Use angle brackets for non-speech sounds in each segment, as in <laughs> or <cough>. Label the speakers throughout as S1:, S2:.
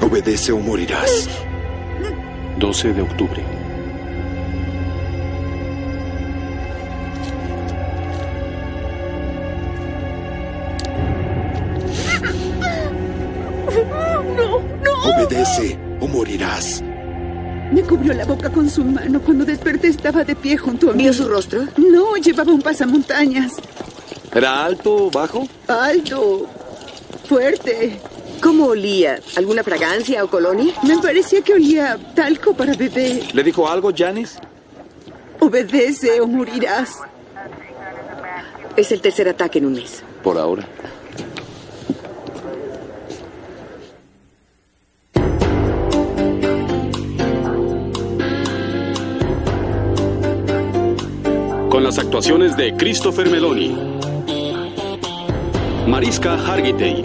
S1: Obedece o morirás.
S2: 12 de octubre.
S3: No, no.
S1: Obedece o morirás.
S3: Me cubrió la boca con su mano. Cuando desperté estaba de pie junto a mí.
S4: ¿Vio su rostro?
S3: No, llevaba un pasamontañas.
S5: ¿Era alto o bajo?
S3: Alto. Fuerte.
S4: ¿Cómo olía? ¿Alguna fragancia o colonia?
S3: Me parecía que olía talco para bebé.
S5: ¿Le dijo algo, Janice?
S3: Obedece o morirás.
S4: Es el tercer ataque en un mes.
S5: Por ahora.
S2: Con las actuaciones de Christopher Meloni, Mariska Hargitay,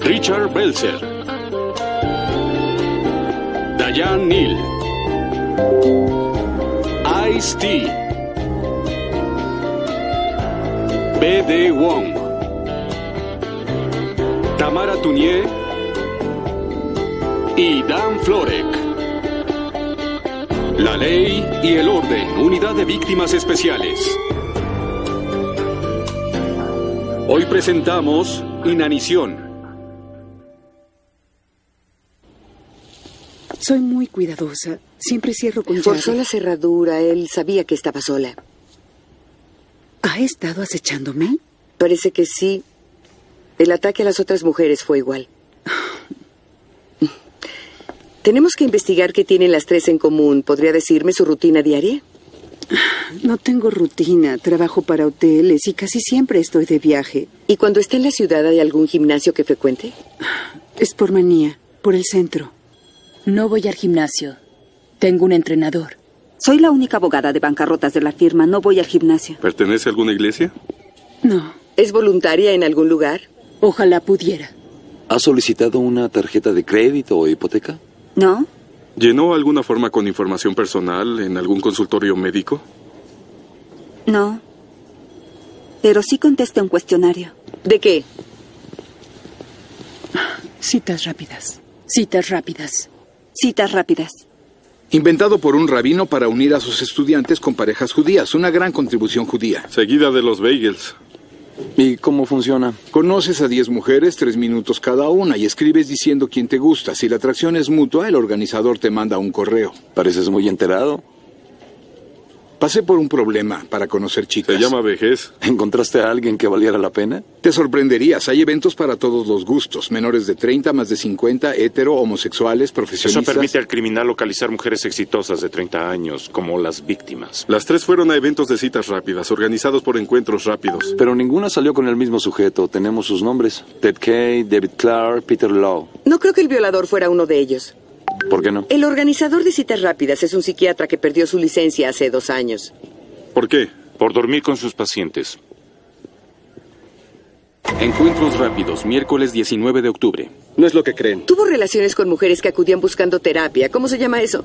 S2: Richard Belzer, Diane Neal, Ice T, B.D. Wong, Tamara Tunier y Dan Florek. La ley y el orden, unidad de víctimas especiales. Hoy presentamos Inanición.
S3: Soy muy cuidadosa. Siempre cierro con
S4: Forzó
S3: llave.
S4: la cerradura. Él sabía que estaba sola.
S3: ¿Ha estado acechándome?
S4: Parece que sí. El ataque a las otras mujeres
S3: <sighs>
S4: fue igual. Tenemos que investigar qué tienen las tres en común. ¿Podría decirme su rutina diaria?
S3: No tengo rutina. Trabajo para hoteles y casi siempre estoy de viaje.
S4: ¿Y cuando está en la ciudad hay algún gimnasio que frecuente?
S3: Es por manía, por el centro.
S6: No voy al gimnasio. Tengo un entrenador.
S7: Soy la única abogada de bancarrotas de la firma. No voy al gimnasio.
S8: ¿Pertenece a alguna iglesia?
S3: No.
S4: ¿Es voluntaria en algún lugar?
S6: Ojalá pudiera.
S5: ¿Ha solicitado una tarjeta de crédito o hipoteca?
S7: ¿No?
S8: ¿Llenó alguna forma con información personal en algún consultorio médico?
S7: No. Pero sí contesté un cuestionario.
S4: ¿De qué?
S6: Citas rápidas. Citas rápidas.
S7: Citas rápidas.
S9: Inventado por un rabino para unir a sus estudiantes con parejas judías. Una gran contribución judía.
S8: Seguida de los bagels.
S5: ¿Y cómo funciona?
S9: Conoces a 10 mujeres, tres minutos cada una, y escribes diciendo quién te gusta. Si la atracción es mutua, el organizador te manda un correo.
S5: Pareces muy enterado.
S9: Pasé por un problema para conocer chicas.
S8: Se llama vejez.
S5: ¿Encontraste a alguien que valiera la pena?
S9: Te sorprenderías, hay eventos para todos los gustos, menores de 30, más de 50, hetero, homosexuales,
S10: Eso
S9: profesionistas.
S10: permite al criminal localizar mujeres exitosas de 30 años como las víctimas.
S8: Las tres fueron a eventos de citas rápidas, organizados por encuentros rápidos.
S5: Pero ninguna salió con el mismo sujeto. Tenemos sus nombres. Ted Kay, David Clark, Peter Law.
S4: No creo que el violador fuera uno de ellos.
S5: ¿Por qué no?
S4: El organizador de citas rápidas es un psiquiatra que perdió su licencia hace dos años.
S8: ¿Por qué?
S10: Por dormir con sus pacientes.
S2: Encuentros rápidos, miércoles 19 de octubre.
S11: No es lo que creen.
S4: Tuvo relaciones con mujeres que acudían buscando terapia. ¿Cómo se llama eso?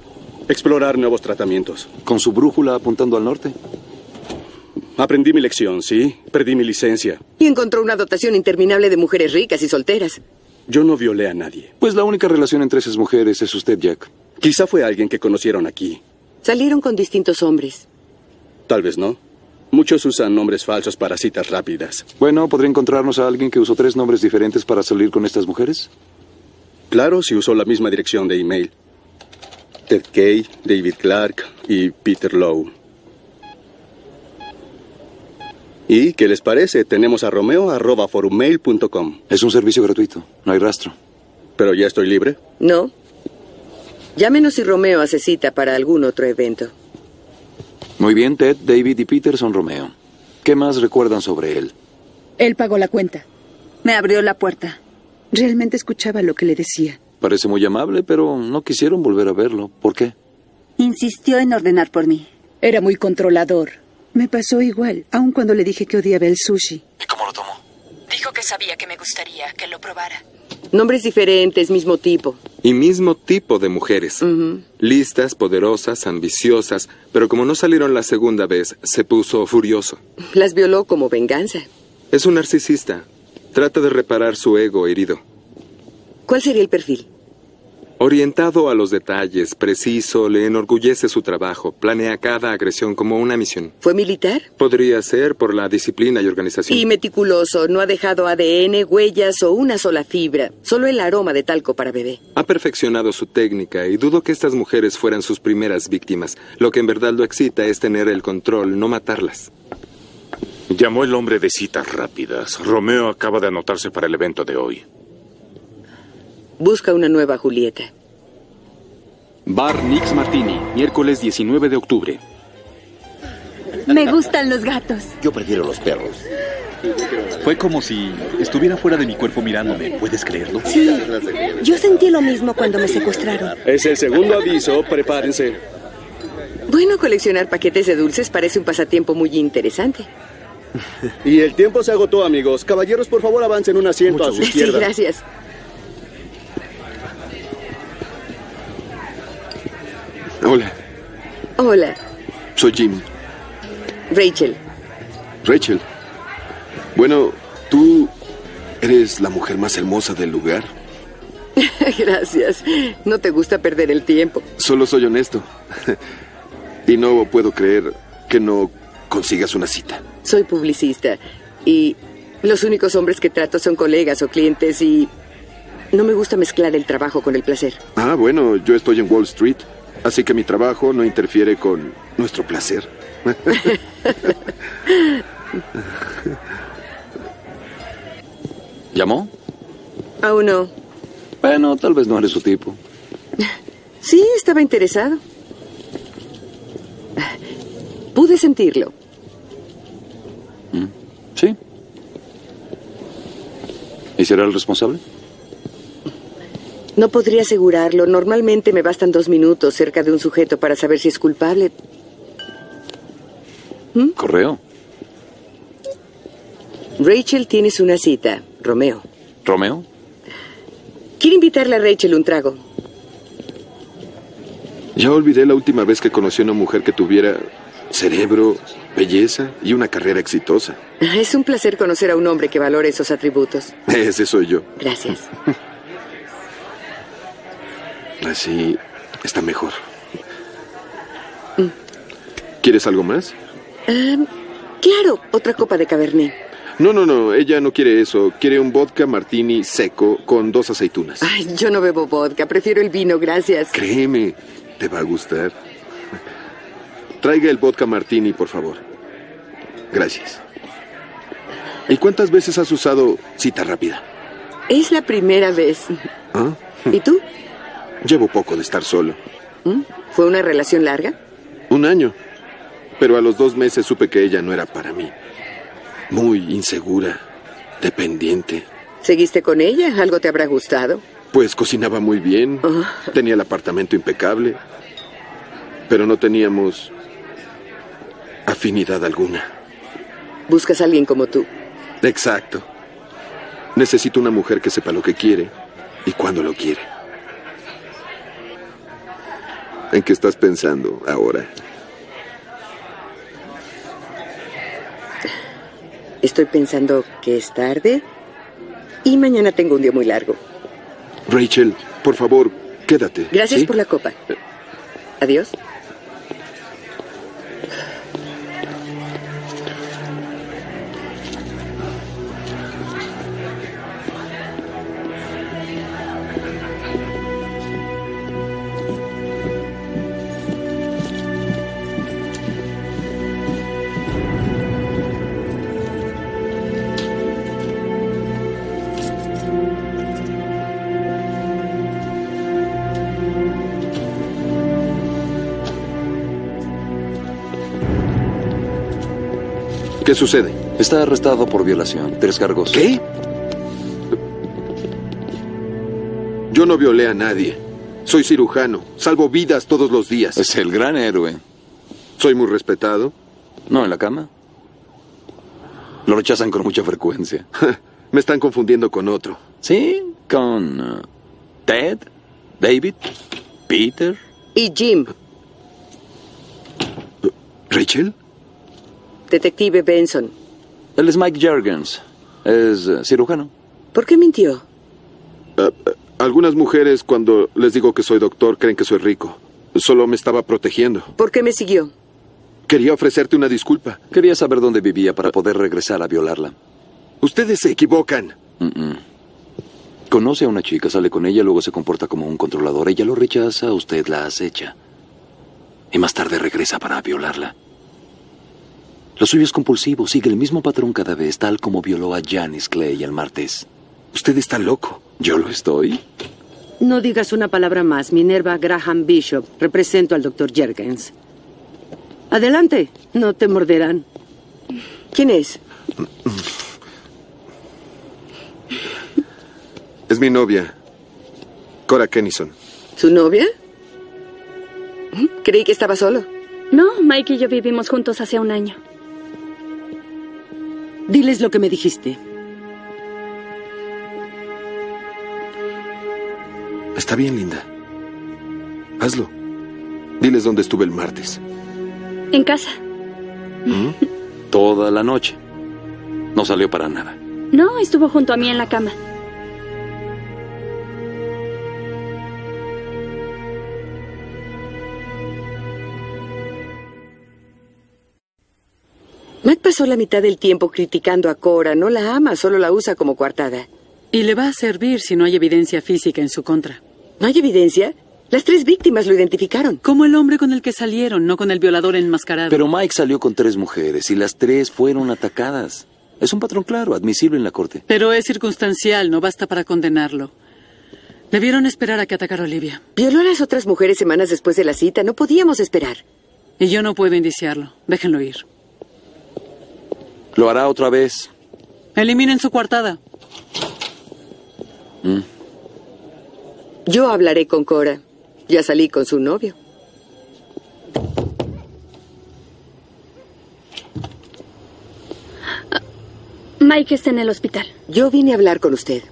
S11: Explorar nuevos tratamientos.
S5: ¿Con su brújula apuntando al norte?
S11: Aprendí mi lección, ¿sí? Perdí mi licencia.
S4: Y encontró una dotación interminable de mujeres ricas y solteras.
S11: Yo no violé a nadie.
S5: Pues la única relación entre esas mujeres es usted, Jack.
S11: Quizá fue alguien que conocieron aquí.
S4: Salieron con distintos hombres.
S11: Tal vez no. Muchos usan nombres falsos para citas rápidas.
S5: Bueno, ¿podría encontrarnos a alguien que usó tres nombres diferentes para salir con estas mujeres?
S11: Claro, si usó la misma dirección de email. Ted Kay, David Clark y Peter Lowe. ¿Y qué les parece? Tenemos a romeo arroba forummail.com.
S5: Es un servicio gratuito. No hay rastro.
S11: Pero ya estoy libre.
S4: ¿No? Llámenos si Romeo hace cita para algún otro evento.
S12: Muy bien, Ted, David y Peter son Romeo. ¿Qué más recuerdan sobre él?
S13: Él pagó la cuenta.
S14: Me abrió la puerta.
S15: Realmente escuchaba lo que le decía.
S12: Parece muy amable, pero no quisieron volver a verlo. ¿Por qué?
S14: Insistió en ordenar por mí.
S13: Era muy controlador.
S15: Me pasó igual, aun cuando le dije que odiaba el sushi.
S12: ¿Y cómo lo tomó?
S7: Dijo que sabía que me gustaría que lo probara.
S4: Nombres diferentes, mismo tipo.
S10: Y mismo tipo de mujeres. Uh -huh. Listas, poderosas, ambiciosas, pero como no salieron la segunda vez, se puso furioso.
S4: Las violó como venganza.
S10: Es un narcisista. Trata de reparar su ego herido.
S4: ¿Cuál sería el perfil?
S10: Orientado a los detalles, preciso, le enorgullece su trabajo, planea cada agresión como una misión.
S4: ¿Fue militar?
S10: Podría ser por la disciplina y organización.
S4: Y meticuloso, no ha dejado ADN, huellas o una sola fibra, solo el aroma de talco para bebé.
S10: Ha perfeccionado su técnica y dudo que estas mujeres fueran sus primeras víctimas. Lo que en verdad lo excita es tener el control, no matarlas.
S9: Llamó el hombre de citas rápidas. Romeo acaba de anotarse para el evento de hoy.
S4: Busca una nueva Julieta.
S2: Bar Nix Martini, miércoles 19 de octubre.
S14: Me gustan los gatos.
S16: Yo prefiero los perros.
S17: Fue como si estuviera fuera de mi cuerpo mirándome. ¿Puedes creerlo?
S18: Sí. Yo sentí lo mismo cuando me secuestraron.
S19: Es el segundo aviso. Prepárense.
S4: Bueno, coleccionar paquetes de dulces parece un pasatiempo muy interesante.
S16: Y el tiempo se agotó, amigos. Caballeros, por favor, avancen un asiento Mucho a su gusto. izquierda.
S4: Sí, gracias.
S12: Ah, Hola.
S4: Hola.
S12: Soy Jim.
S4: Rachel. <laughs>
S12: Rachel. Bueno, tú eres la mujer más hermosa del lugar.
S4: Gracias. No te gusta perder el tiempo.
S12: Solo soy honesto. <laughs> y no puedo creer que no consigas una cita.
S4: Soy publicista y los únicos hombres que trato son colegas o clientes y no me gusta mezclar el trabajo con el placer. <laughs>
S12: Ah, bueno, yo estoy en Wall Street. Así que mi trabajo no interfiere con nuestro placer. <laughs> ¿Llamó?
S4: Aún no.
S12: Bueno, tal vez no eres su tipo.
S4: Sí, estaba interesado. Pude sentirlo.
S12: Sí. ¿Y será el responsable?
S4: No podría asegurarlo. Normalmente me bastan dos minutos cerca de un sujeto para saber si es culpable.
S12: ¿Mm? Correo.
S4: Rachel, tienes una cita. Romeo.
S12: ¿Romeo?
S4: Quiero invitarle a Rachel un trago.
S12: Ya olvidé la última vez que conocí a una mujer que tuviera cerebro, belleza y una carrera exitosa.
S4: Es un placer conocer a un hombre que valore esos atributos.
S12: <laughs> Ese soy yo.
S4: Gracias.
S12: Así está mejor. ¿Quieres algo más?
S4: Um, claro, otra copa de cabernet.
S12: No, no, no, ella no quiere eso. Quiere un vodka martini seco con dos aceitunas.
S4: Ay, yo no bebo vodka, prefiero el vino, gracias.
S12: Créeme, te va a gustar. Traiga el vodka martini, por favor. Gracias. ¿Y cuántas veces has usado cita rápida?
S4: Es la primera vez.
S12: ¿Ah?
S4: ¿Y tú?
S12: Llevo poco de estar solo.
S4: ¿Fue una relación larga?
S12: Un año. Pero a los dos meses supe que ella no era para mí. Muy insegura, dependiente.
S4: ¿Seguiste con ella? ¿Algo te habrá gustado?
S12: Pues cocinaba muy bien, oh. tenía el apartamento impecable, pero no teníamos afinidad alguna.
S4: Buscas a alguien como tú.
S12: Exacto. Necesito una mujer que sepa lo que quiere y cuándo lo quiere. ¿En qué estás pensando ahora?
S4: Estoy pensando que es tarde y mañana tengo un día muy largo.
S12: Rachel, por favor, quédate.
S4: Gracias ¿sí? por la copa. Adiós.
S12: ¿Qué sucede?
S5: Está arrestado por violación. Tres cargos.
S12: ¿Qué? Yo no violé a nadie. Soy cirujano. Salvo vidas todos los días.
S5: Es el gran héroe.
S12: Soy muy respetado.
S5: No, en la cama. Lo rechazan con mucha frecuencia.
S12: <laughs> Me están confundiendo con otro.
S5: ¿Sí? Con uh, Ted, David, Peter.
S4: Y Jim.
S12: ¿Rachel?
S4: Detective Benson.
S5: Él es Mike Jergens. Es uh, cirujano.
S4: ¿Por qué mintió?
S12: Uh, algunas mujeres, cuando les digo que soy doctor, creen que soy rico. Solo me estaba protegiendo.
S4: ¿Por qué me siguió?
S12: Quería ofrecerte una disculpa.
S5: Quería saber dónde vivía para poder regresar a violarla.
S12: Ustedes se equivocan.
S5: Mm -mm. Conoce a una chica, sale con ella, luego se comporta como un controlador. Ella lo rechaza, usted la acecha. Y más tarde regresa para violarla. Lo suyo es compulsivo, sigue el mismo patrón cada vez, tal como violó a Janice Clay el martes.
S12: Usted está loco.
S5: ¿Yo lo estoy?
S20: No digas una palabra más. Minerva Graham Bishop. Represento al doctor Jergens. Adelante. No te morderán.
S4: ¿Quién es?
S12: Es mi novia. Cora Kennison.
S4: ¿Su novia? ¿Mm? Creí que estaba solo.
S6: No, Mike y yo vivimos juntos hace un año.
S13: Diles lo que me dijiste.
S12: Está bien, Linda. Hazlo. Diles dónde estuve el martes.
S6: En casa.
S5: ¿Mm? Toda la noche. No salió para nada.
S6: No, estuvo junto a mí en la cama.
S4: Matt pasó la mitad del tiempo criticando a Cora. No la ama, solo la usa como coartada.
S20: Y le va a servir si no hay evidencia física en su contra.
S4: ¿No hay evidencia? Las tres víctimas lo identificaron.
S20: Como el hombre con el que salieron, no con el violador enmascarado.
S5: Pero Mike salió con tres mujeres y las tres fueron atacadas. Es un patrón claro, admisible en la corte.
S20: Pero es circunstancial, no basta para condenarlo. Debieron esperar a que atacara a Olivia.
S4: Violó a las otras mujeres semanas después de la cita. No podíamos esperar.
S20: Y yo no puedo indiciarlo. Déjenlo ir.
S5: Lo hará otra vez.
S20: Eliminen su coartada.
S4: Mm. Yo hablaré con Cora. Ya salí con su novio.
S6: Mike está en el hospital.
S4: Yo vine a hablar con usted.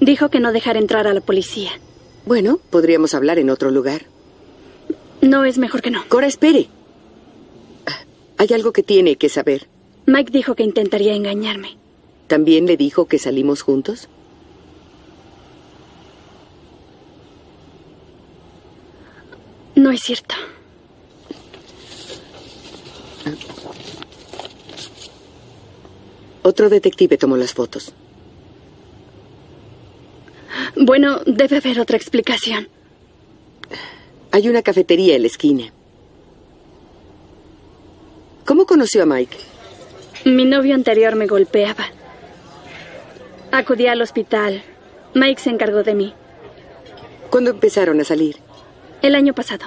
S6: Dijo que no dejar entrar a la policía.
S4: Bueno, podríamos hablar en otro lugar.
S6: No es mejor que no.
S4: Cora, espere. Ah, Hay algo que tiene que saber.
S6: Mike dijo que intentaría engañarme.
S4: ¿También le dijo que salimos juntos?
S6: No es cierto.
S4: Otro detective tomó las fotos.
S6: Bueno, debe haber otra explicación.
S4: Hay una cafetería en la esquina. ¿Cómo conoció a Mike?
S6: Mi novio anterior me golpeaba. Acudí al hospital. Mike se encargó de mí.
S4: ¿Cuándo empezaron a salir?
S6: El año pasado.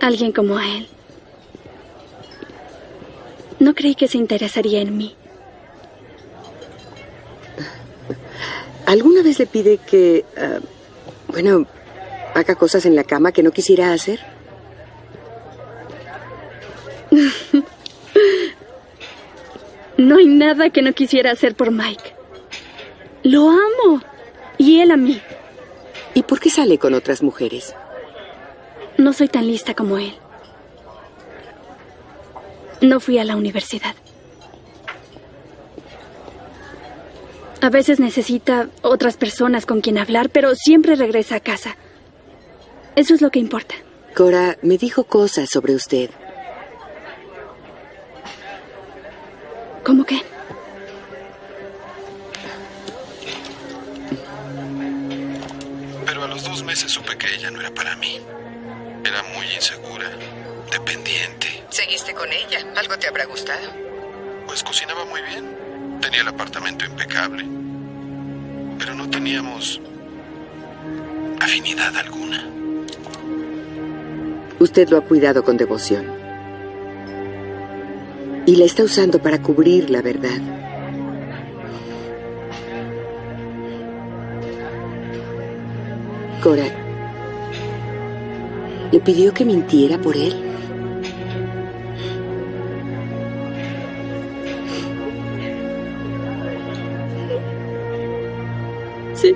S6: Alguien como él. No creí que se interesaría en mí. <laughs>
S4: ¿Alguna vez le pide que... Uh, bueno, haga cosas en la cama que no quisiera hacer?
S6: No hay nada que no quisiera hacer por Mike. Lo amo. Y él a mí.
S4: ¿Y por qué sale con otras mujeres?
S6: No soy tan lista como él. No fui a la universidad. A veces necesita otras personas con quien hablar, pero siempre regresa a casa. Eso es lo que importa.
S4: Cora me dijo cosas sobre usted.
S6: ¿Cómo qué?
S1: Pero a los dos meses supe que ella no era para mí. Era muy insegura, dependiente.
S4: ¿Seguiste con ella? ¿Algo te habrá gustado?
S1: Pues cocinaba muy bien. Tenía el apartamento impecable. Pero no teníamos afinidad alguna.
S4: Usted lo ha cuidado con devoción. Y la está usando para cubrir la verdad. Cora, ¿le pidió que mintiera por él?
S14: Sí.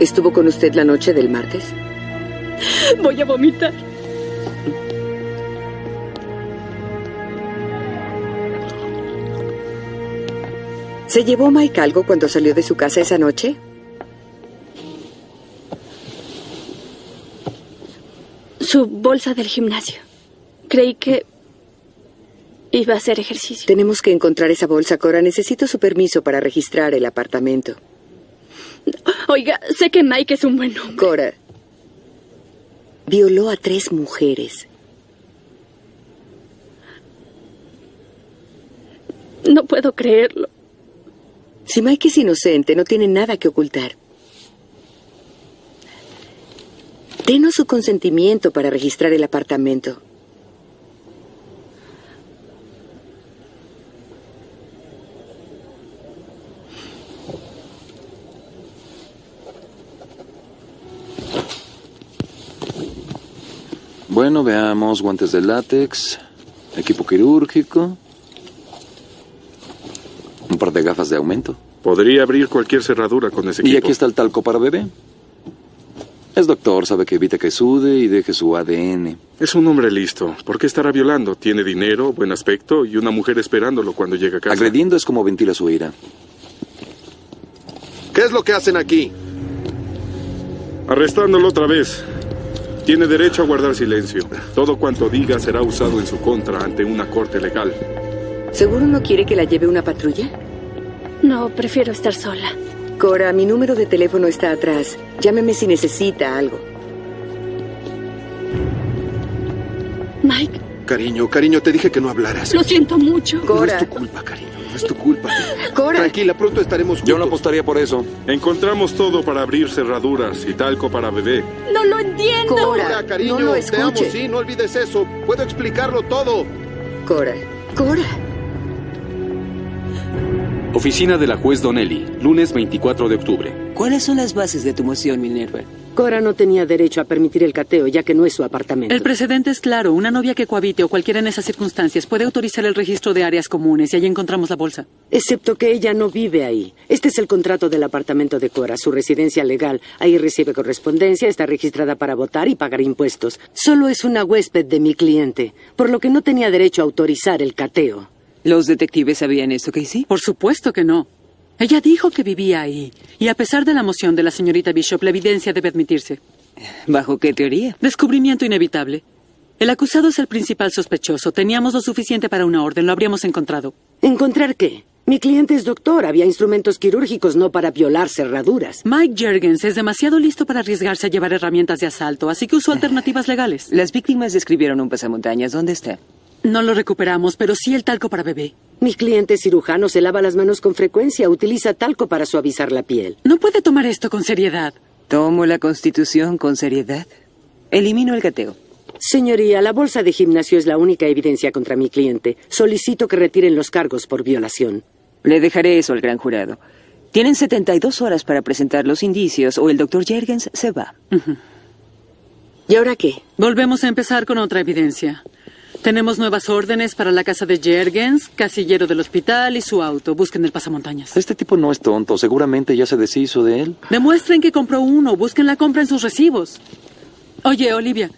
S4: ¿Estuvo con usted la noche del martes?
S14: Voy a vomitar.
S4: ¿Se llevó Mike algo cuando salió de su casa esa noche?
S6: Su bolsa del gimnasio. Creí que iba a hacer ejercicio.
S4: Tenemos que encontrar esa bolsa, Cora. Necesito su permiso para registrar el apartamento.
S6: Oiga, sé que Mike es un buen hombre.
S4: Cora. Violó a tres mujeres.
S6: No puedo creerlo.
S4: Si Mike es inocente, no tiene nada que ocultar. Denos su consentimiento para registrar el apartamento.
S5: Bueno, veamos guantes de látex, equipo quirúrgico, un par de gafas de aumento.
S8: Podría abrir cualquier cerradura con ese equipo.
S5: Y aquí está el talco para bebé. Es doctor, sabe que evita que sude y deje su ADN.
S8: Es un hombre listo. ¿Por qué estará violando? Tiene dinero, buen aspecto y una mujer esperándolo cuando llega a casa.
S5: Agrediendo es como ventila su ira.
S12: ¿Qué es lo que hacen aquí?
S8: Arrestándolo otra vez. Tiene derecho a guardar silencio. Todo cuanto diga será usado en su contra ante una corte legal.
S4: ¿Seguro no quiere que la lleve una patrulla?
S6: No, prefiero estar sola.
S4: Cora, mi número de teléfono está atrás. Llámeme si necesita algo.
S6: Mike,
S12: Cariño, cariño, te dije que no hablaras.
S6: lo siento mucho.
S4: Cora.
S12: No es tu culpa, cariño. No es tu culpa.
S4: Cora.
S12: Tranquila, pronto estaremos juntos.
S5: Yo no apostaría por eso.
S8: Encontramos todo para abrir cerraduras y talco para bebé.
S6: No lo entiendo.
S12: Cora, cariño,
S4: no lo
S12: te amo,
S4: escuche.
S12: sí, no olvides eso. Puedo explicarlo todo.
S4: Cora. Cora.
S2: Oficina de la juez Donnelly, lunes 24 de octubre.
S21: ¿Cuáles son las bases de tu moción, Minerva?
S20: Cora no tenía derecho a permitir el cateo, ya que no es su apartamento.
S3: El precedente es claro. Una novia que cohabite o cualquiera en esas circunstancias puede autorizar el registro de áreas comunes y allí encontramos la bolsa.
S20: Excepto que ella no vive ahí. Este es el contrato del apartamento de Cora, su residencia legal. Ahí recibe correspondencia, está registrada para votar y pagar impuestos. Solo es una huésped de mi cliente, por lo que no tenía derecho a autorizar el cateo.
S21: ¿Los detectives sabían esto, Casey?
S3: Por supuesto que no. Ella dijo que vivía ahí. Y a pesar de la moción de la señorita Bishop, la evidencia debe admitirse.
S21: ¿Bajo qué teoría?
S3: Descubrimiento inevitable. El acusado es el principal sospechoso. Teníamos lo suficiente para una orden. Lo habríamos encontrado.
S20: ¿Encontrar qué? Mi cliente es doctor, había instrumentos quirúrgicos no para violar cerraduras.
S3: Mike Jergens es demasiado listo para arriesgarse a llevar herramientas de asalto, así
S21: <sighs>
S3: que usó alternativas legales.
S21: Las víctimas describieron un pasamontañas. ¿Dónde está?
S3: No lo recuperamos, pero sí el talco para bebé.
S20: Mi cliente cirujano se lava las manos con frecuencia, utiliza talco para suavizar la piel.
S3: No puede tomar esto con seriedad.
S21: Tomo la constitución con seriedad. Elimino el cateo.
S20: Señoría, la bolsa de gimnasio es la única evidencia contra mi cliente. Solicito que retiren los cargos por violación.
S21: Le dejaré eso al gran jurado. Tienen 72 horas para presentar los indicios o el doctor Jergens se va.
S4: ¿Y ahora qué?
S3: Volvemos a empezar con otra evidencia. Tenemos nuevas órdenes para la casa de Jergens, casillero del hospital y su auto. Busquen el pasamontañas.
S5: Este tipo no es tonto, seguramente ya se deshizo de él.
S3: Demuestren que compró uno. Busquen la compra en sus recibos. Oye, Olivia,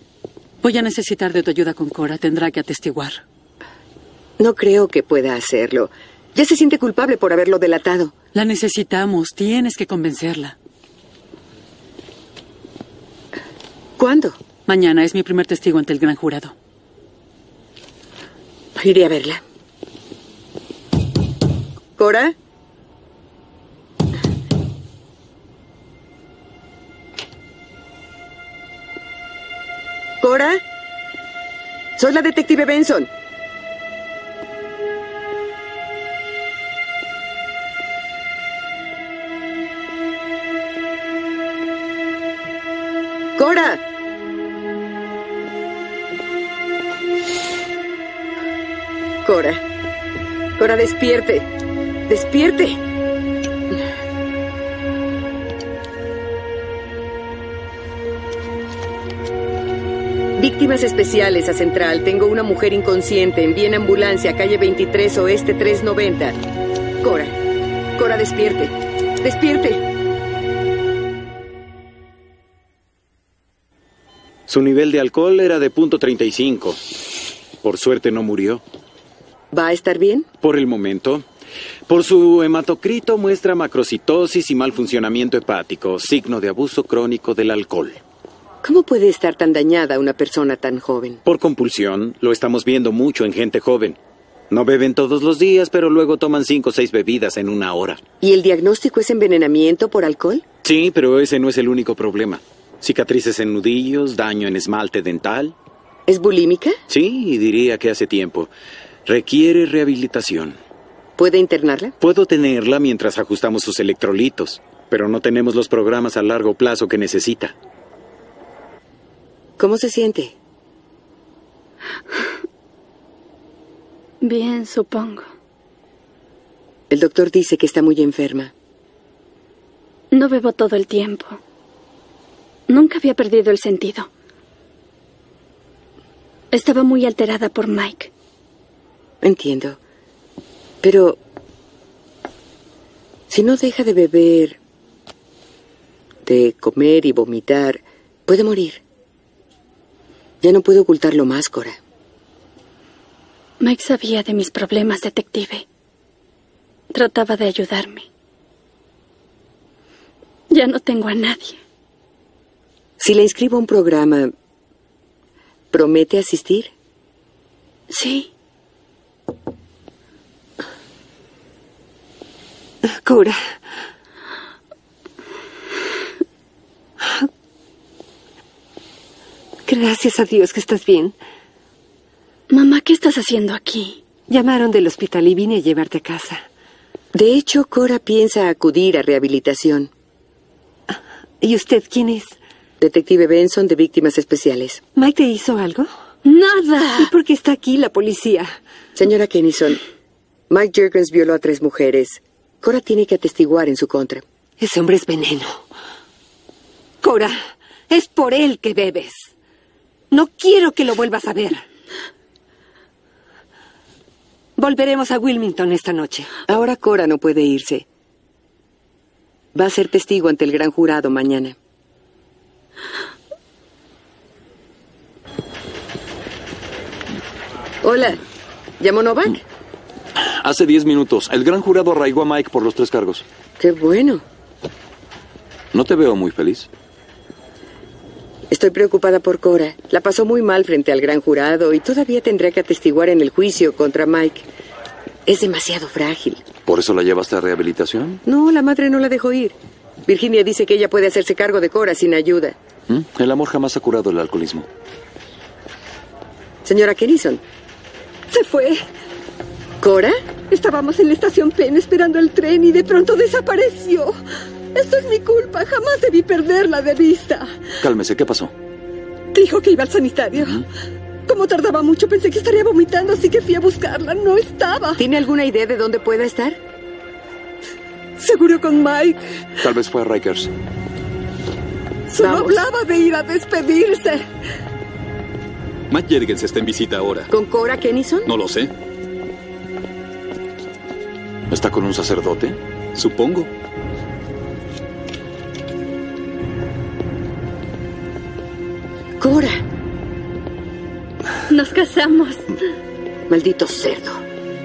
S3: voy a necesitar de tu ayuda con Cora. Tendrá que atestiguar.
S4: No creo que pueda hacerlo. Ya se siente culpable por haberlo delatado.
S3: La necesitamos. Tienes que convencerla.
S4: ¿Cuándo?
S3: Mañana es mi primer testigo ante el gran jurado.
S4: Iré a verla. ¿Cora? ¿Cora? Soy la detective Benson. ¡Cora! Cora. Cora, despierte. Despierte. Víctimas especiales a Central. Tengo una mujer inconsciente. Envíen ambulancia, calle 23, oeste 390. Cora. Cora, despierte. Despierte.
S22: Su nivel de alcohol era de punto 35. Por suerte no murió.
S4: ¿Va a estar bien?
S22: Por el momento. Por su hematocrito muestra macrocitosis y mal funcionamiento hepático, signo de abuso crónico del alcohol.
S4: ¿Cómo puede estar tan dañada una persona tan joven?
S22: Por compulsión, lo estamos viendo mucho en gente joven. No beben todos los días, pero luego toman cinco o seis bebidas en una hora.
S4: ¿Y el diagnóstico es envenenamiento por alcohol?
S22: Sí, pero ese no es el único problema. Cicatrices en nudillos, daño en esmalte dental.
S4: ¿Es bulímica?
S22: Sí, diría que hace tiempo. Requiere rehabilitación.
S4: ¿Puede internarla?
S22: Puedo tenerla mientras ajustamos sus electrolitos, pero no tenemos los programas a largo plazo que necesita.
S4: ¿Cómo se siente?
S6: Bien, supongo.
S4: El doctor dice que está muy enferma.
S6: No bebo todo el tiempo. Nunca había perdido el sentido. Estaba muy alterada por Mike.
S4: Entiendo. Pero... Si no deja de beber, de comer y vomitar, puede morir. Ya no puedo ocultarlo más, Cora.
S6: Mike sabía de mis problemas, detective. Trataba de ayudarme. Ya no tengo a nadie.
S4: Si le inscribo a un programa, ¿promete asistir?
S6: Sí.
S14: Cora. Gracias a Dios que estás bien.
S6: Mamá, ¿qué estás haciendo aquí?
S14: Llamaron del hospital y vine a llevarte a casa.
S4: De hecho, Cora piensa acudir a rehabilitación.
S14: ¿Y usted quién es?
S4: Detective Benson de Víctimas Especiales.
S14: ¿Mike te hizo algo?
S6: Nada.
S14: ¿Y por qué está aquí la policía?
S4: Señora Kennison, Mike Jerkins violó a tres mujeres. Cora tiene que atestiguar en su contra.
S14: Ese hombre es veneno. Cora, es por él que bebes. No quiero que lo vuelvas a ver. Volveremos a Wilmington esta noche.
S4: Ahora Cora no puede irse. Va a ser testigo ante el gran jurado mañana. Hola, ¿llamó Novak?
S5: Hace diez minutos, el gran jurado arraigó a Mike por los tres cargos.
S4: Qué bueno.
S5: No te veo muy feliz.
S4: Estoy preocupada por Cora. La pasó muy mal frente al gran jurado y todavía tendrá que atestiguar en el juicio contra Mike. Es demasiado frágil.
S5: ¿Por eso la llevaste a rehabilitación?
S4: No, la madre no la dejó ir. Virginia dice que ella puede hacerse cargo de Cora sin ayuda.
S5: ¿Mm? El amor jamás ha curado el alcoholismo.
S4: Señora Kennison.
S14: Se fue.
S4: ¿Cora?
S14: Estábamos en la estación Penn esperando el tren y de pronto desapareció. Esto es mi culpa. Jamás debí perderla de vista.
S5: Cálmese, ¿qué pasó?
S14: Dijo que iba al sanitario. Uh -huh. Como tardaba mucho, pensé que estaría vomitando, así que fui a buscarla. No estaba.
S4: ¿Tiene alguna idea de dónde pueda estar?
S14: Seguro con Mike.
S5: Tal vez fue a Rikers.
S14: Solo Vamos. hablaba de ir a despedirse.
S2: Matt Jergens está en visita ahora.
S4: ¿Con Cora Kennison?
S2: No lo sé.
S5: ¿Está con un sacerdote?
S2: Supongo.
S4: Cora.
S6: Nos casamos.
S4: Maldito cerdo.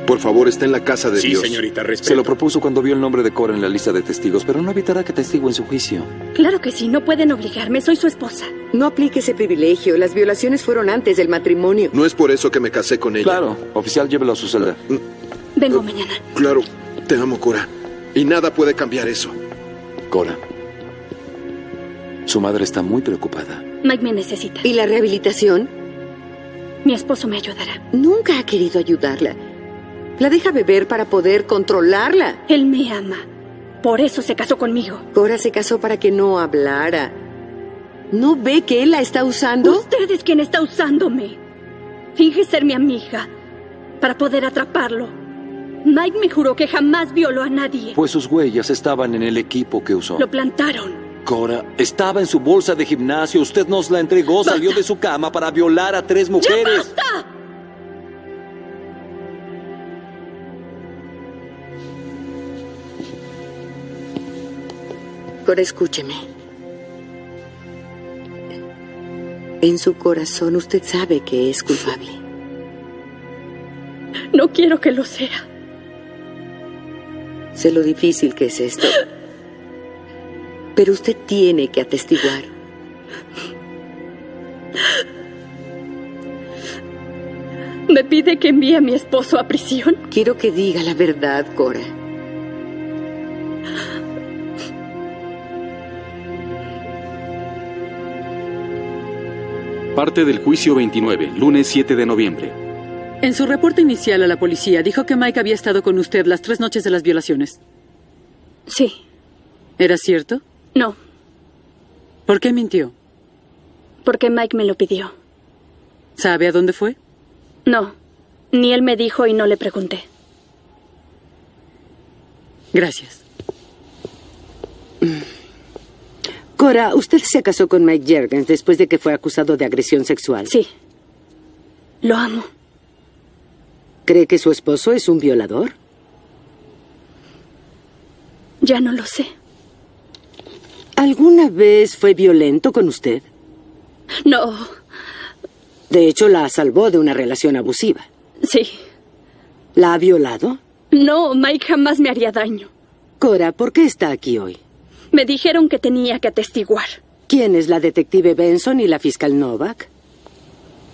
S12: Por favor, está en la casa de
S9: sí,
S12: Dios.
S9: Sí, señorita, respeto.
S5: Se lo propuso cuando vio el nombre de Cora en la lista de testigos, pero no evitará que testigo en su juicio.
S6: Claro que sí, no pueden obligarme, soy su esposa.
S4: No aplique ese privilegio, las violaciones fueron antes del matrimonio.
S12: No es por eso que me casé con ella. Mm,
S5: Claro, oficial, llévelo a su celda.
S6: Vengo uh, mañana.
S12: Claro, te amo, Cora. Y nada puede cambiar eso.
S5: Cora. Su madre está muy preocupada.
S6: Mike me necesita.
S4: ¿Y la rehabilitación?
S6: Mi esposo me ayudará.
S4: Nunca ha querido ayudarla. La deja beber para poder controlarla.
S6: Él me ama. Por eso se casó conmigo.
S4: Cora se casó para que no hablara. ¿No ve que él la está usando?
S6: Usted es quien está usándome. Finge ser mi amiga para poder atraparlo. Mike me juró que jamás violó a nadie.
S5: Pues sus huellas estaban en el equipo que usó.
S6: Lo plantaron.
S5: Cora, estaba en su bolsa de gimnasio. Usted nos la entregó, salió de su cama para violar a tres mujeres.
S6: ¡Ya basta!
S4: Cora, escúcheme. En su corazón usted sabe que es culpable.
S6: No quiero que lo sea.
S4: Sé lo difícil que es esto. Pero usted tiene que atestiguar.
S6: Me pide que envíe a mi esposo a prisión.
S4: Quiero que diga la verdad, Cora.
S2: Parte del juicio 29, lunes 7 de noviembre.
S3: En su reporte inicial a la policía dijo que Mike había estado con usted las tres noches de las violaciones.
S6: Sí,
S3: ¿Era cierto?
S6: no,
S3: ¿Por qué mintió?
S6: porque Mike me lo pidió.
S3: ¿Sabe a dónde fue?
S6: No, ni él me dijo y no le pregunté.
S3: Gracias.
S20: Cora, usted se casó con Mike Jergens después de que fue acusado de agresión sexual.
S6: Sí. Lo amo.
S20: ¿Cree que su esposo es un violador?
S6: Ya no lo sé.
S20: ¿Alguna vez fue violento con usted?
S6: No,
S20: De hecho, la salvó de una relación abusiva.
S6: sí.
S20: ¿La ha violado?
S6: No, Mike jamás me haría daño.
S20: Cora, ¿por qué está aquí hoy?
S6: Me dijeron que tenía que atestiguar.
S20: ¿Quién es la detective Benson y la fiscal Novak?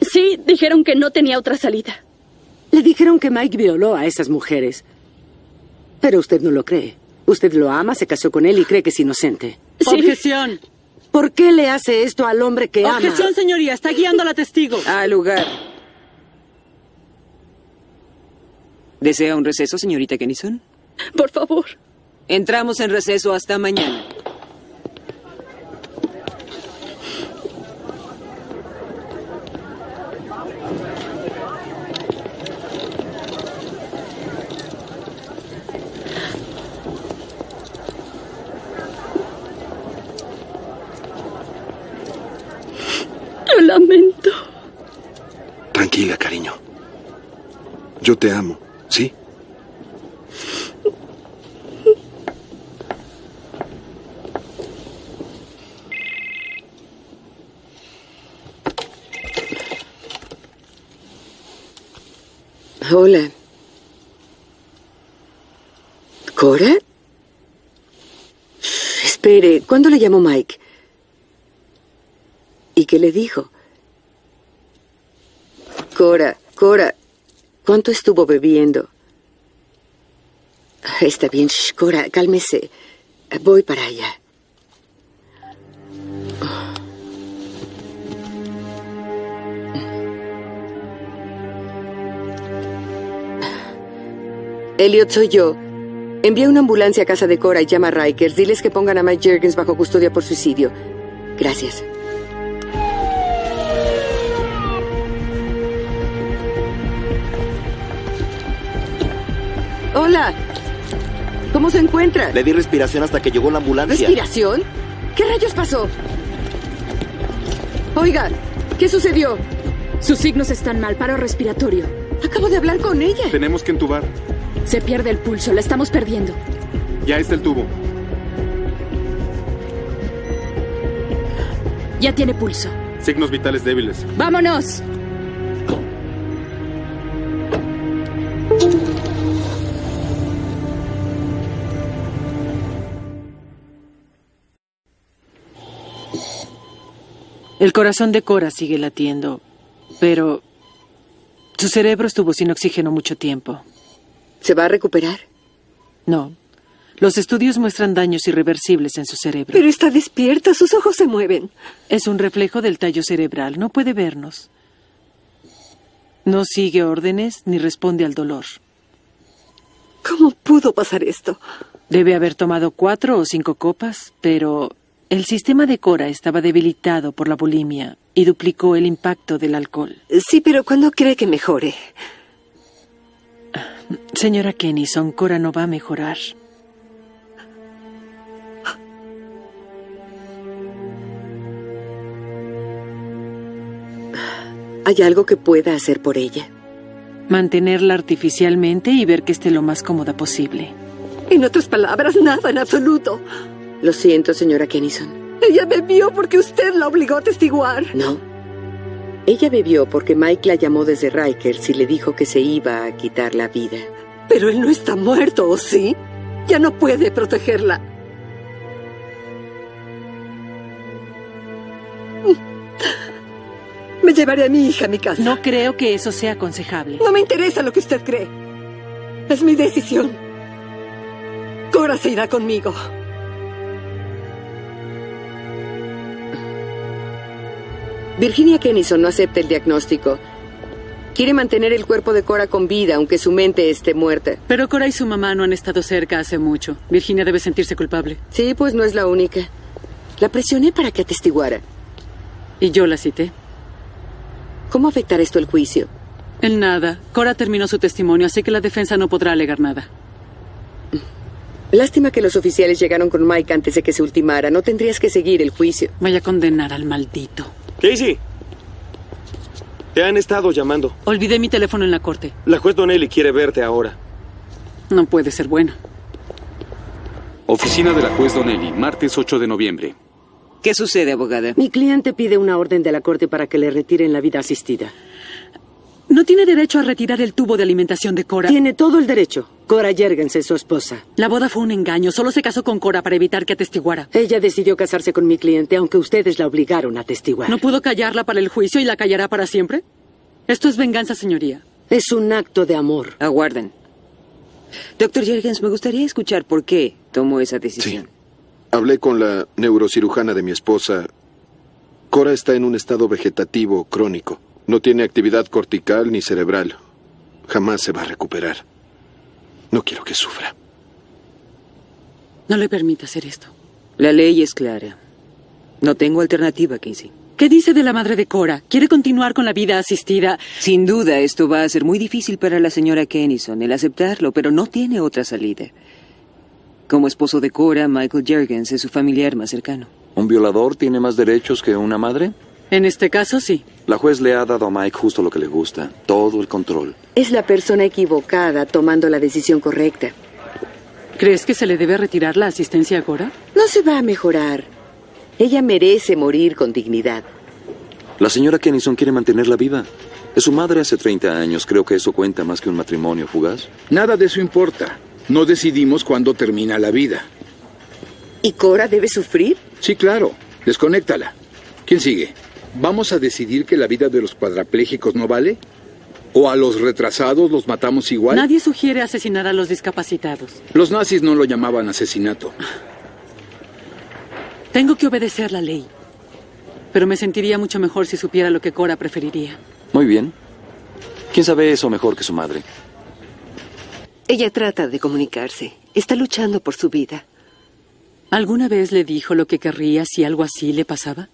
S6: Sí, dijeron que no tenía otra salida.
S20: Le dijeron que Mike violó a esas mujeres. Pero usted no lo cree. Usted lo ama, se casó con él y cree que es inocente.
S3: Objeción.
S20: ¿Por qué le hace esto al hombre que ama?
S3: Objeción, señoría. Está guiando a la testigo.
S20: Al lugar.
S21: ¿Desea un receso, señorita Kennison?
S6: Por favor.
S21: Entramos en receso hasta mañana.
S6: Lo lamento.
S12: Tranquila, cariño. Yo te amo, ¿sí?
S4: Hola. ¿Cora? Espere, ¿cuándo le llamó Mike? ¿Y qué le dijo? Cora, Cora, ¿cuánto estuvo bebiendo? Está bien, shh, Cora, cálmese. Voy para allá. Elliot, soy yo. Envía una ambulancia a casa de Cora y llama a Rikers. Diles que pongan a Mike Jergens bajo custodia por suicidio. Gracias. Hola. ¿Cómo se encuentra?
S15: Le di respiración hasta que llegó la ambulancia.
S4: ¿Respiración? ¿Qué rayos pasó? Oiga, ¿qué sucedió?
S11: Sus signos están mal, paro respiratorio.
S4: Acabo de hablar con ella.
S8: Tenemos que entubar.
S11: Se pierde el pulso, la estamos perdiendo.
S8: Ya está el tubo.
S11: Ya tiene pulso.
S8: Signos vitales débiles.
S11: ¡Vámonos!
S23: El corazón de Cora sigue latiendo, pero su cerebro estuvo sin oxígeno mucho tiempo.
S4: ¿Se va a recuperar?
S23: No. Los estudios muestran daños irreversibles en su cerebro.
S11: Pero está despierta, sus ojos se mueven.
S23: Es un reflejo del tallo cerebral, no puede vernos. No sigue órdenes ni responde al dolor.
S11: ¿Cómo pudo pasar esto?
S23: Debe haber tomado cuatro o cinco copas, pero El sistema de Cora estaba debilitado por la bulimia y duplicó el impacto del alcohol.
S7: Sí, pero ¿cuándo cree que mejore?
S23: Señora Kennison, Cora no va a mejorar.
S4: ¿Hay algo que pueda hacer por ella?
S23: Mantenerla artificialmente y ver que esté lo más cómoda posible.
S14: En otras palabras, nada en absoluto.
S4: Lo siento, señora Kennison.
S14: Ella bebió porque usted la obligó a testiguar.
S4: No. Ella bebió porque Mike la llamó desde Rikers y le dijo que se iba a quitar la vida.
S14: Pero él no está muerto, ¿o sí? Ya no puede protegerla. Me llevaré a mi hija a mi casa.
S23: No creo que eso sea aconsejable.
S14: No me interesa lo que usted cree. Es mi decisión. Cora se irá conmigo.
S4: Virginia Kennison no acepta el diagnóstico. Quiere mantener el cuerpo de Cora con vida, aunque su mente esté muerta.
S3: Pero Cora y su mamá no han estado cerca hace mucho. Virginia debe sentirse culpable.
S4: Sí, pues no es la única. La presioné para que atestiguara.
S3: Y yo la cité.
S4: ¿Cómo afectará esto el juicio?
S3: En nada. Cora terminó su testimonio, así que la defensa no podrá alegar nada.
S4: Lástima que los oficiales llegaron con Mike antes de que se ultimara. No tendrías que seguir el juicio.
S3: Vaya a condenar al maldito.
S19: Casey. Te han estado llamando.
S3: Olvidé mi teléfono en la corte.
S19: La juez Donnelly quiere verte ahora.
S3: No puede ser bueno.
S2: Oficina de la juez Donnelly, martes 8 de noviembre.
S21: ¿Qué sucede, abogada?
S20: Mi cliente pide una orden de la corte para que le retiren la vida asistida.
S3: No tiene derecho a retirar el tubo de alimentación de Cora.
S20: Tiene todo el derecho. Cora Jergens es su esposa.
S3: La boda fue un engaño. Solo se casó con Cora para evitar que atestiguara.
S20: Ella decidió casarse con mi cliente, aunque ustedes la obligaron a atestiguar.
S3: ¿No pudo callarla para el juicio y la callará para siempre? Esto es venganza, señoría.
S20: Es un acto de amor.
S21: Aguarden. Doctor Jergens, me gustaría escuchar por qué tomó esa decisión.
S12: Sí. Hablé con la neurocirujana de mi esposa. Cora está en un estado vegetativo crónico. No tiene actividad cortical ni cerebral. Jamás se va a recuperar. No quiero que sufra.
S3: No le permita hacer esto.
S21: La ley es clara. No tengo alternativa, Casey.
S3: ¿Qué dice de la madre de Cora? ¿Quiere continuar con la vida asistida?
S21: Sin duda, esto va a ser muy difícil para la señora Kennison el aceptarlo, pero no tiene otra salida. Como esposo de Cora, Michael Jergens es su familiar más cercano.
S5: ¿Un violador tiene más derechos que una madre?
S3: En este caso, sí.
S5: La juez le ha dado a Mike justo lo que le gusta, todo el control.
S4: Es la persona equivocada tomando la decisión correcta.
S3: ¿Crees que se le debe retirar la asistencia ahora?
S4: No se va a mejorar. Ella merece morir con dignidad.
S5: La señora Kennison quiere mantenerla viva. Es su madre hace 30 años. Creo que eso cuenta más que un matrimonio fugaz.
S10: Nada de eso importa. No decidimos cuándo termina la vida.
S4: ¿Y Cora debe sufrir?
S10: Sí, claro. Desconéctala. ¿Quién sigue? ¿Vamos a decidir que la vida de los cuadraplégicos no vale? ¿O a los retrasados los matamos igual?
S3: Nadie sugiere asesinar a los discapacitados.
S10: Los nazis no lo llamaban asesinato.
S3: Tengo que obedecer la ley. Pero me sentiría mucho mejor si supiera lo que Cora preferiría.
S5: Muy bien. ¿Quién sabe eso mejor que su madre?
S7: Ella trata de comunicarse. Está luchando por su vida.
S3: ¿Alguna vez le dijo lo que querría si algo así le pasaba?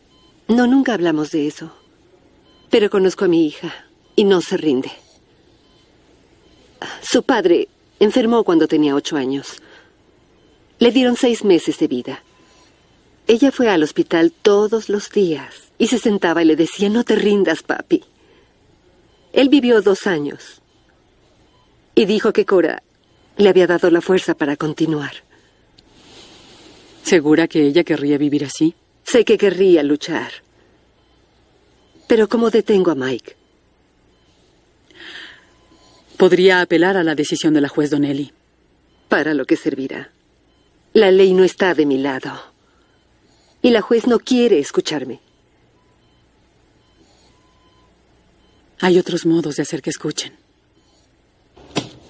S7: No, nunca hablamos de eso. Pero conozco a mi hija y no se rinde. Su padre enfermó cuando tenía ocho años. Le dieron seis meses de vida. Ella fue al hospital todos los días y se sentaba y le decía, no te rindas, papi. Él vivió dos años y dijo que Cora le había dado la fuerza para continuar.
S3: ¿Segura que ella querría vivir así?
S7: Sé que querría luchar. Pero ¿cómo detengo a Mike?
S3: Podría apelar a la decisión de la juez Donnelly.
S7: Para lo que servirá. La ley no está de mi lado. Y la juez no quiere escucharme.
S3: Hay otros modos de hacer que escuchen.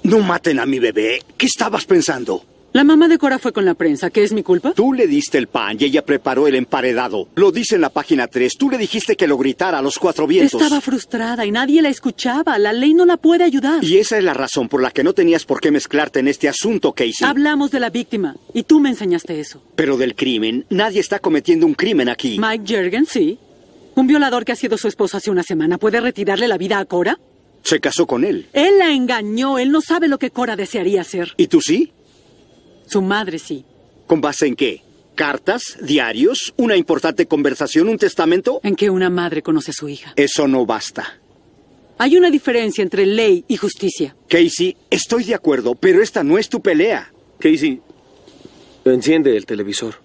S17: No maten a mi bebé. ¿Qué estabas pensando?
S3: La mamá de Cora fue con la prensa. ¿Qué es mi culpa?
S16: Tú le diste el pan y ella preparó el emparedado. Lo dice en la página 3. Tú le dijiste que lo gritara a los cuatro vientos.
S3: Estaba frustrada y nadie la escuchaba. La ley no la puede ayudar.
S16: Y esa es la razón por la que no tenías por qué mezclarte en este asunto, Casey.
S3: Hablamos de la víctima y tú me enseñaste eso.
S16: Pero del crimen, nadie está cometiendo un crimen aquí.
S3: Mike Jergens, sí. Un violador que ha sido su esposo hace una semana, ¿puede retirarle la vida a Cora?
S16: Se casó con él.
S3: Él la engañó. Él no sabe lo que Cora desearía hacer.
S16: ¿Y tú sí?
S3: Su madre sí.
S16: ¿Con base en qué? ¿Cartas? ¿Diarios? ¿Una importante conversación? ¿Un testamento?
S3: En que una madre conoce a su hija.
S16: Eso no basta.
S3: Hay una diferencia entre ley y justicia.
S16: Casey, estoy de acuerdo, pero esta no es tu pelea.
S19: Casey, enciende el televisor.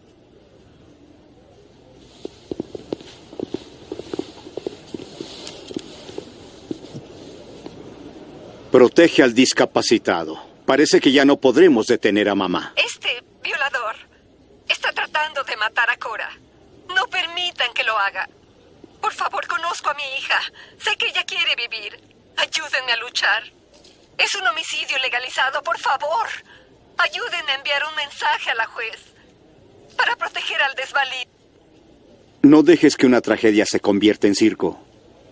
S16: Protege al discapacitado. Parece que ya no podremos detener a mamá.
S17: Este violador está tratando de matar a Cora. No permitan que lo haga. Por favor, conozco a mi hija. Sé que ella quiere vivir. Ayúdenme a luchar. Es un homicidio legalizado, por favor. Ayúdenme a enviar un mensaje a la juez para proteger al desvalido.
S16: No dejes que una tragedia se convierta en circo.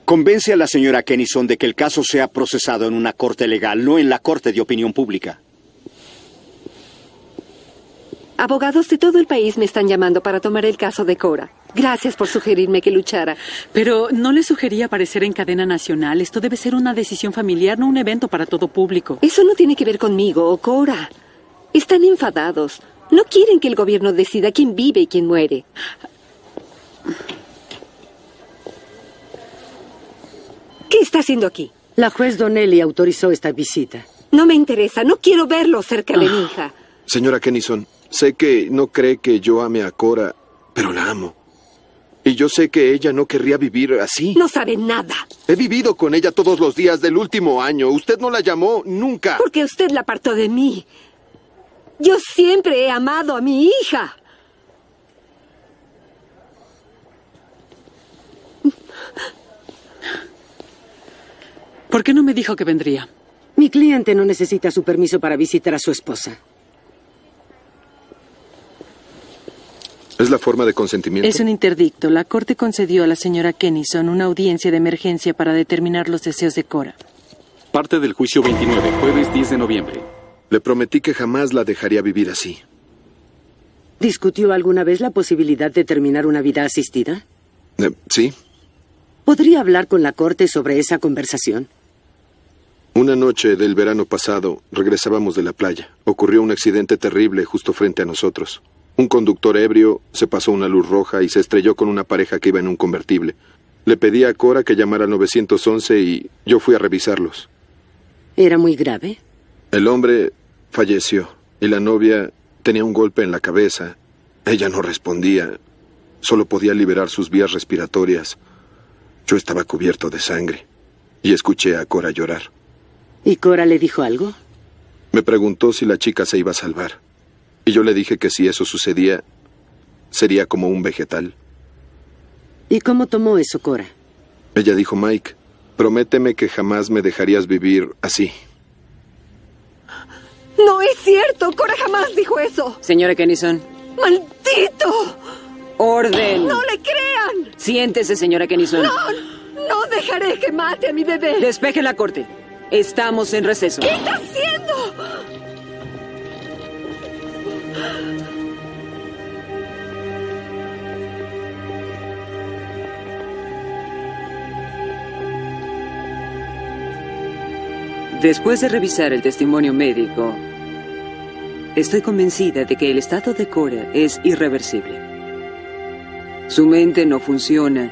S16: Convence a la señora Kennison de que el caso sea procesado en una corte legal, no en la corte de opinión pública.
S7: Abogados de todo el país me están llamando para tomar el caso de Cora. Gracias por sugerirme que luchara.
S3: Pero no le sugerí aparecer en cadena nacional. Esto debe ser una decisión familiar, no un evento para todo público.
S7: Eso no tiene que ver conmigo o Cora. Están enfadados. No quieren que el gobierno decida quién vive y quién muere. ¿Qué está haciendo aquí?
S20: La juez Donnelly autorizó esta visita.
S7: No me interesa, no quiero verlo cerca de mi hija.
S12: Señora Kennison, sé que no cree que yo ame a Cora, pero la amo. Y yo sé que ella no querría vivir así.
S7: No sabe nada,
S12: He vivido con ella todos los días del último año. Usted no la llamó nunca.
S7: porque usted la apartó de mí. Yo siempre he amado a mi hija.
S3: ¿Por qué no me dijo que vendría?
S20: Mi cliente no necesita su permiso para visitar a su esposa.
S12: ¿Es la forma de consentimiento?
S23: Es un interdicto. La corte concedió a la señora Kennison una audiencia de emergencia para determinar los deseos de Cora.
S2: Parte del juicio 29, jueves 10 de noviembre.
S12: Le prometí que jamás la dejaría vivir así.
S20: ¿Discutió alguna vez la posibilidad de terminar una vida asistida?
S12: Eh, sí.
S20: ¿Podría hablar con la corte sobre esa conversación?
S12: Una noche del verano pasado regresábamos de la playa. Ocurrió un accidente terrible justo frente a nosotros. Un conductor ebrio se pasó una luz roja y se estrelló con una pareja que iba en un convertible. Le pedí a Cora que llamara al 911 y yo fui a revisarlos.
S20: ¿Era muy grave?
S12: El hombre falleció y la novia tenía un golpe en la cabeza. Ella no respondía. Solo podía liberar sus vías respiratorias. Yo estaba cubierto de sangre y escuché a Cora llorar.
S20: ¿Y Cora le dijo algo?
S12: Me preguntó si la chica se iba a salvar. Y yo le dije que si eso sucedía, sería como un vegetal.
S20: ¿Y cómo tomó eso Cora?
S12: Ella dijo, Mike, prométeme que jamás me dejarías vivir así.
S14: No es cierto. Cora jamás dijo eso.
S21: Señora Kennison,
S14: ¡Maldito!
S21: orden.
S14: ¡No le crean!
S21: Siéntese, señora Kennison.
S14: ¡No! ¡No dejaré que mate a mi bebé!
S21: Despeje la corte. Estamos en receso.
S14: ¿Qué está haciendo?
S21: Después de revisar el testimonio médico, estoy convencida de que el estado de Cora es irreversible. Su mente no funciona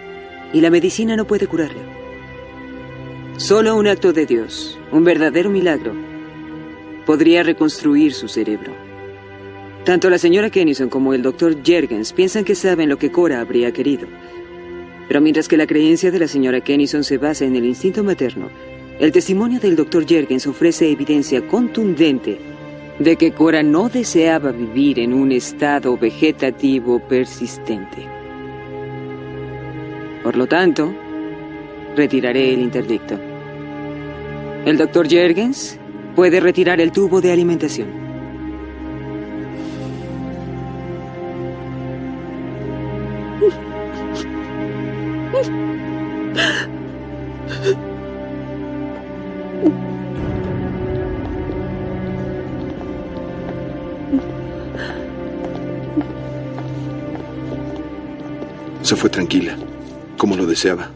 S21: y la medicina no puede curarla. Solo un acto de Dios, un verdadero milagro, podría reconstruir su cerebro. Tanto la señora Kennison como el doctor Jergens piensan que saben lo que Cora habría querido. Pero mientras que la creencia de la señora Kennison se basa en el instinto materno, el testimonio del doctor Jergens ofrece evidencia contundente de que Cora no deseaba vivir en un estado vegetativo persistente. Por lo tanto, retiraré el interdicto. El doctor Jergens puede retirar el tubo de alimentación.
S12: Se fue tranquila, como lo deseaba.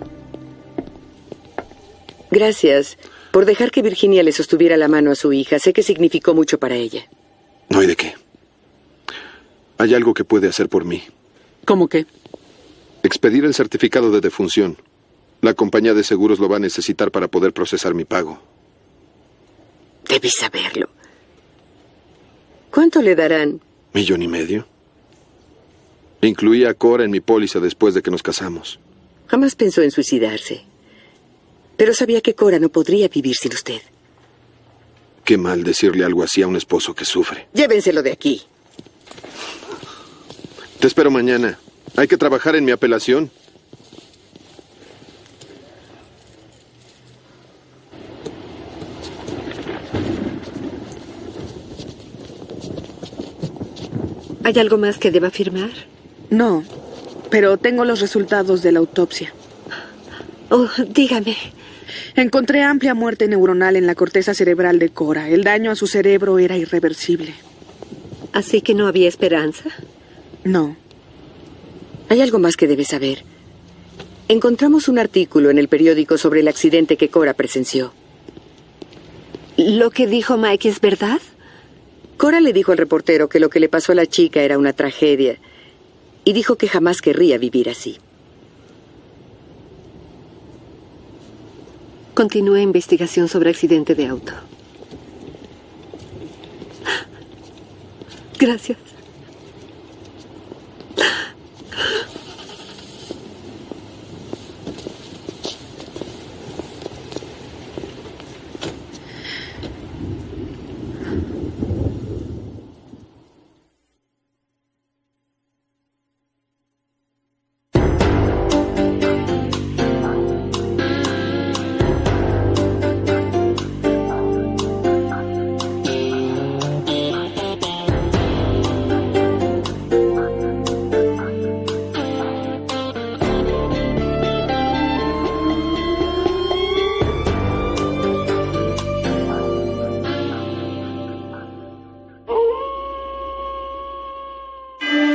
S4: Gracias por dejar que Virginia le sostuviera la mano a su hija. Sé que significó mucho para ella.
S12: No hay de qué. Hay algo que puede hacer por mí.
S3: ¿Cómo qué?
S12: Expedir el certificado de defunción. La compañía de seguros lo va a necesitar para poder procesar mi pago.
S4: Debí saberlo. ¿Cuánto le darán?
S12: Millón y medio. Incluí a Cora en mi póliza después de que nos casamos.
S4: Jamás pensó en suicidarse. Pero sabía que Cora no podría vivir sin usted.
S12: Qué mal decirle algo así a un esposo que sufre.
S4: Llévenselo de aquí.
S12: Te espero mañana. Hay que trabajar en mi apelación.
S7: ¿Hay algo más que deba firmar?
S1: No, pero tengo los resultados de la autopsia.
S7: Oh, dígame.
S1: Encontré amplia muerte neuronal en la corteza cerebral de Cora. El daño a su cerebro era irreversible.
S7: ¿Así que no había esperanza?
S1: No.
S4: Hay algo más que debe saber. Encontramos un artículo en el periódico sobre el accidente que Cora presenció.
S7: ¿Lo que dijo Mike es verdad?
S4: Cora le dijo al reportero que lo que le pasó a la chica era una tragedia y dijo que jamás querría vivir así.
S7: Continúe investigación sobre accidente de auto. Gracias.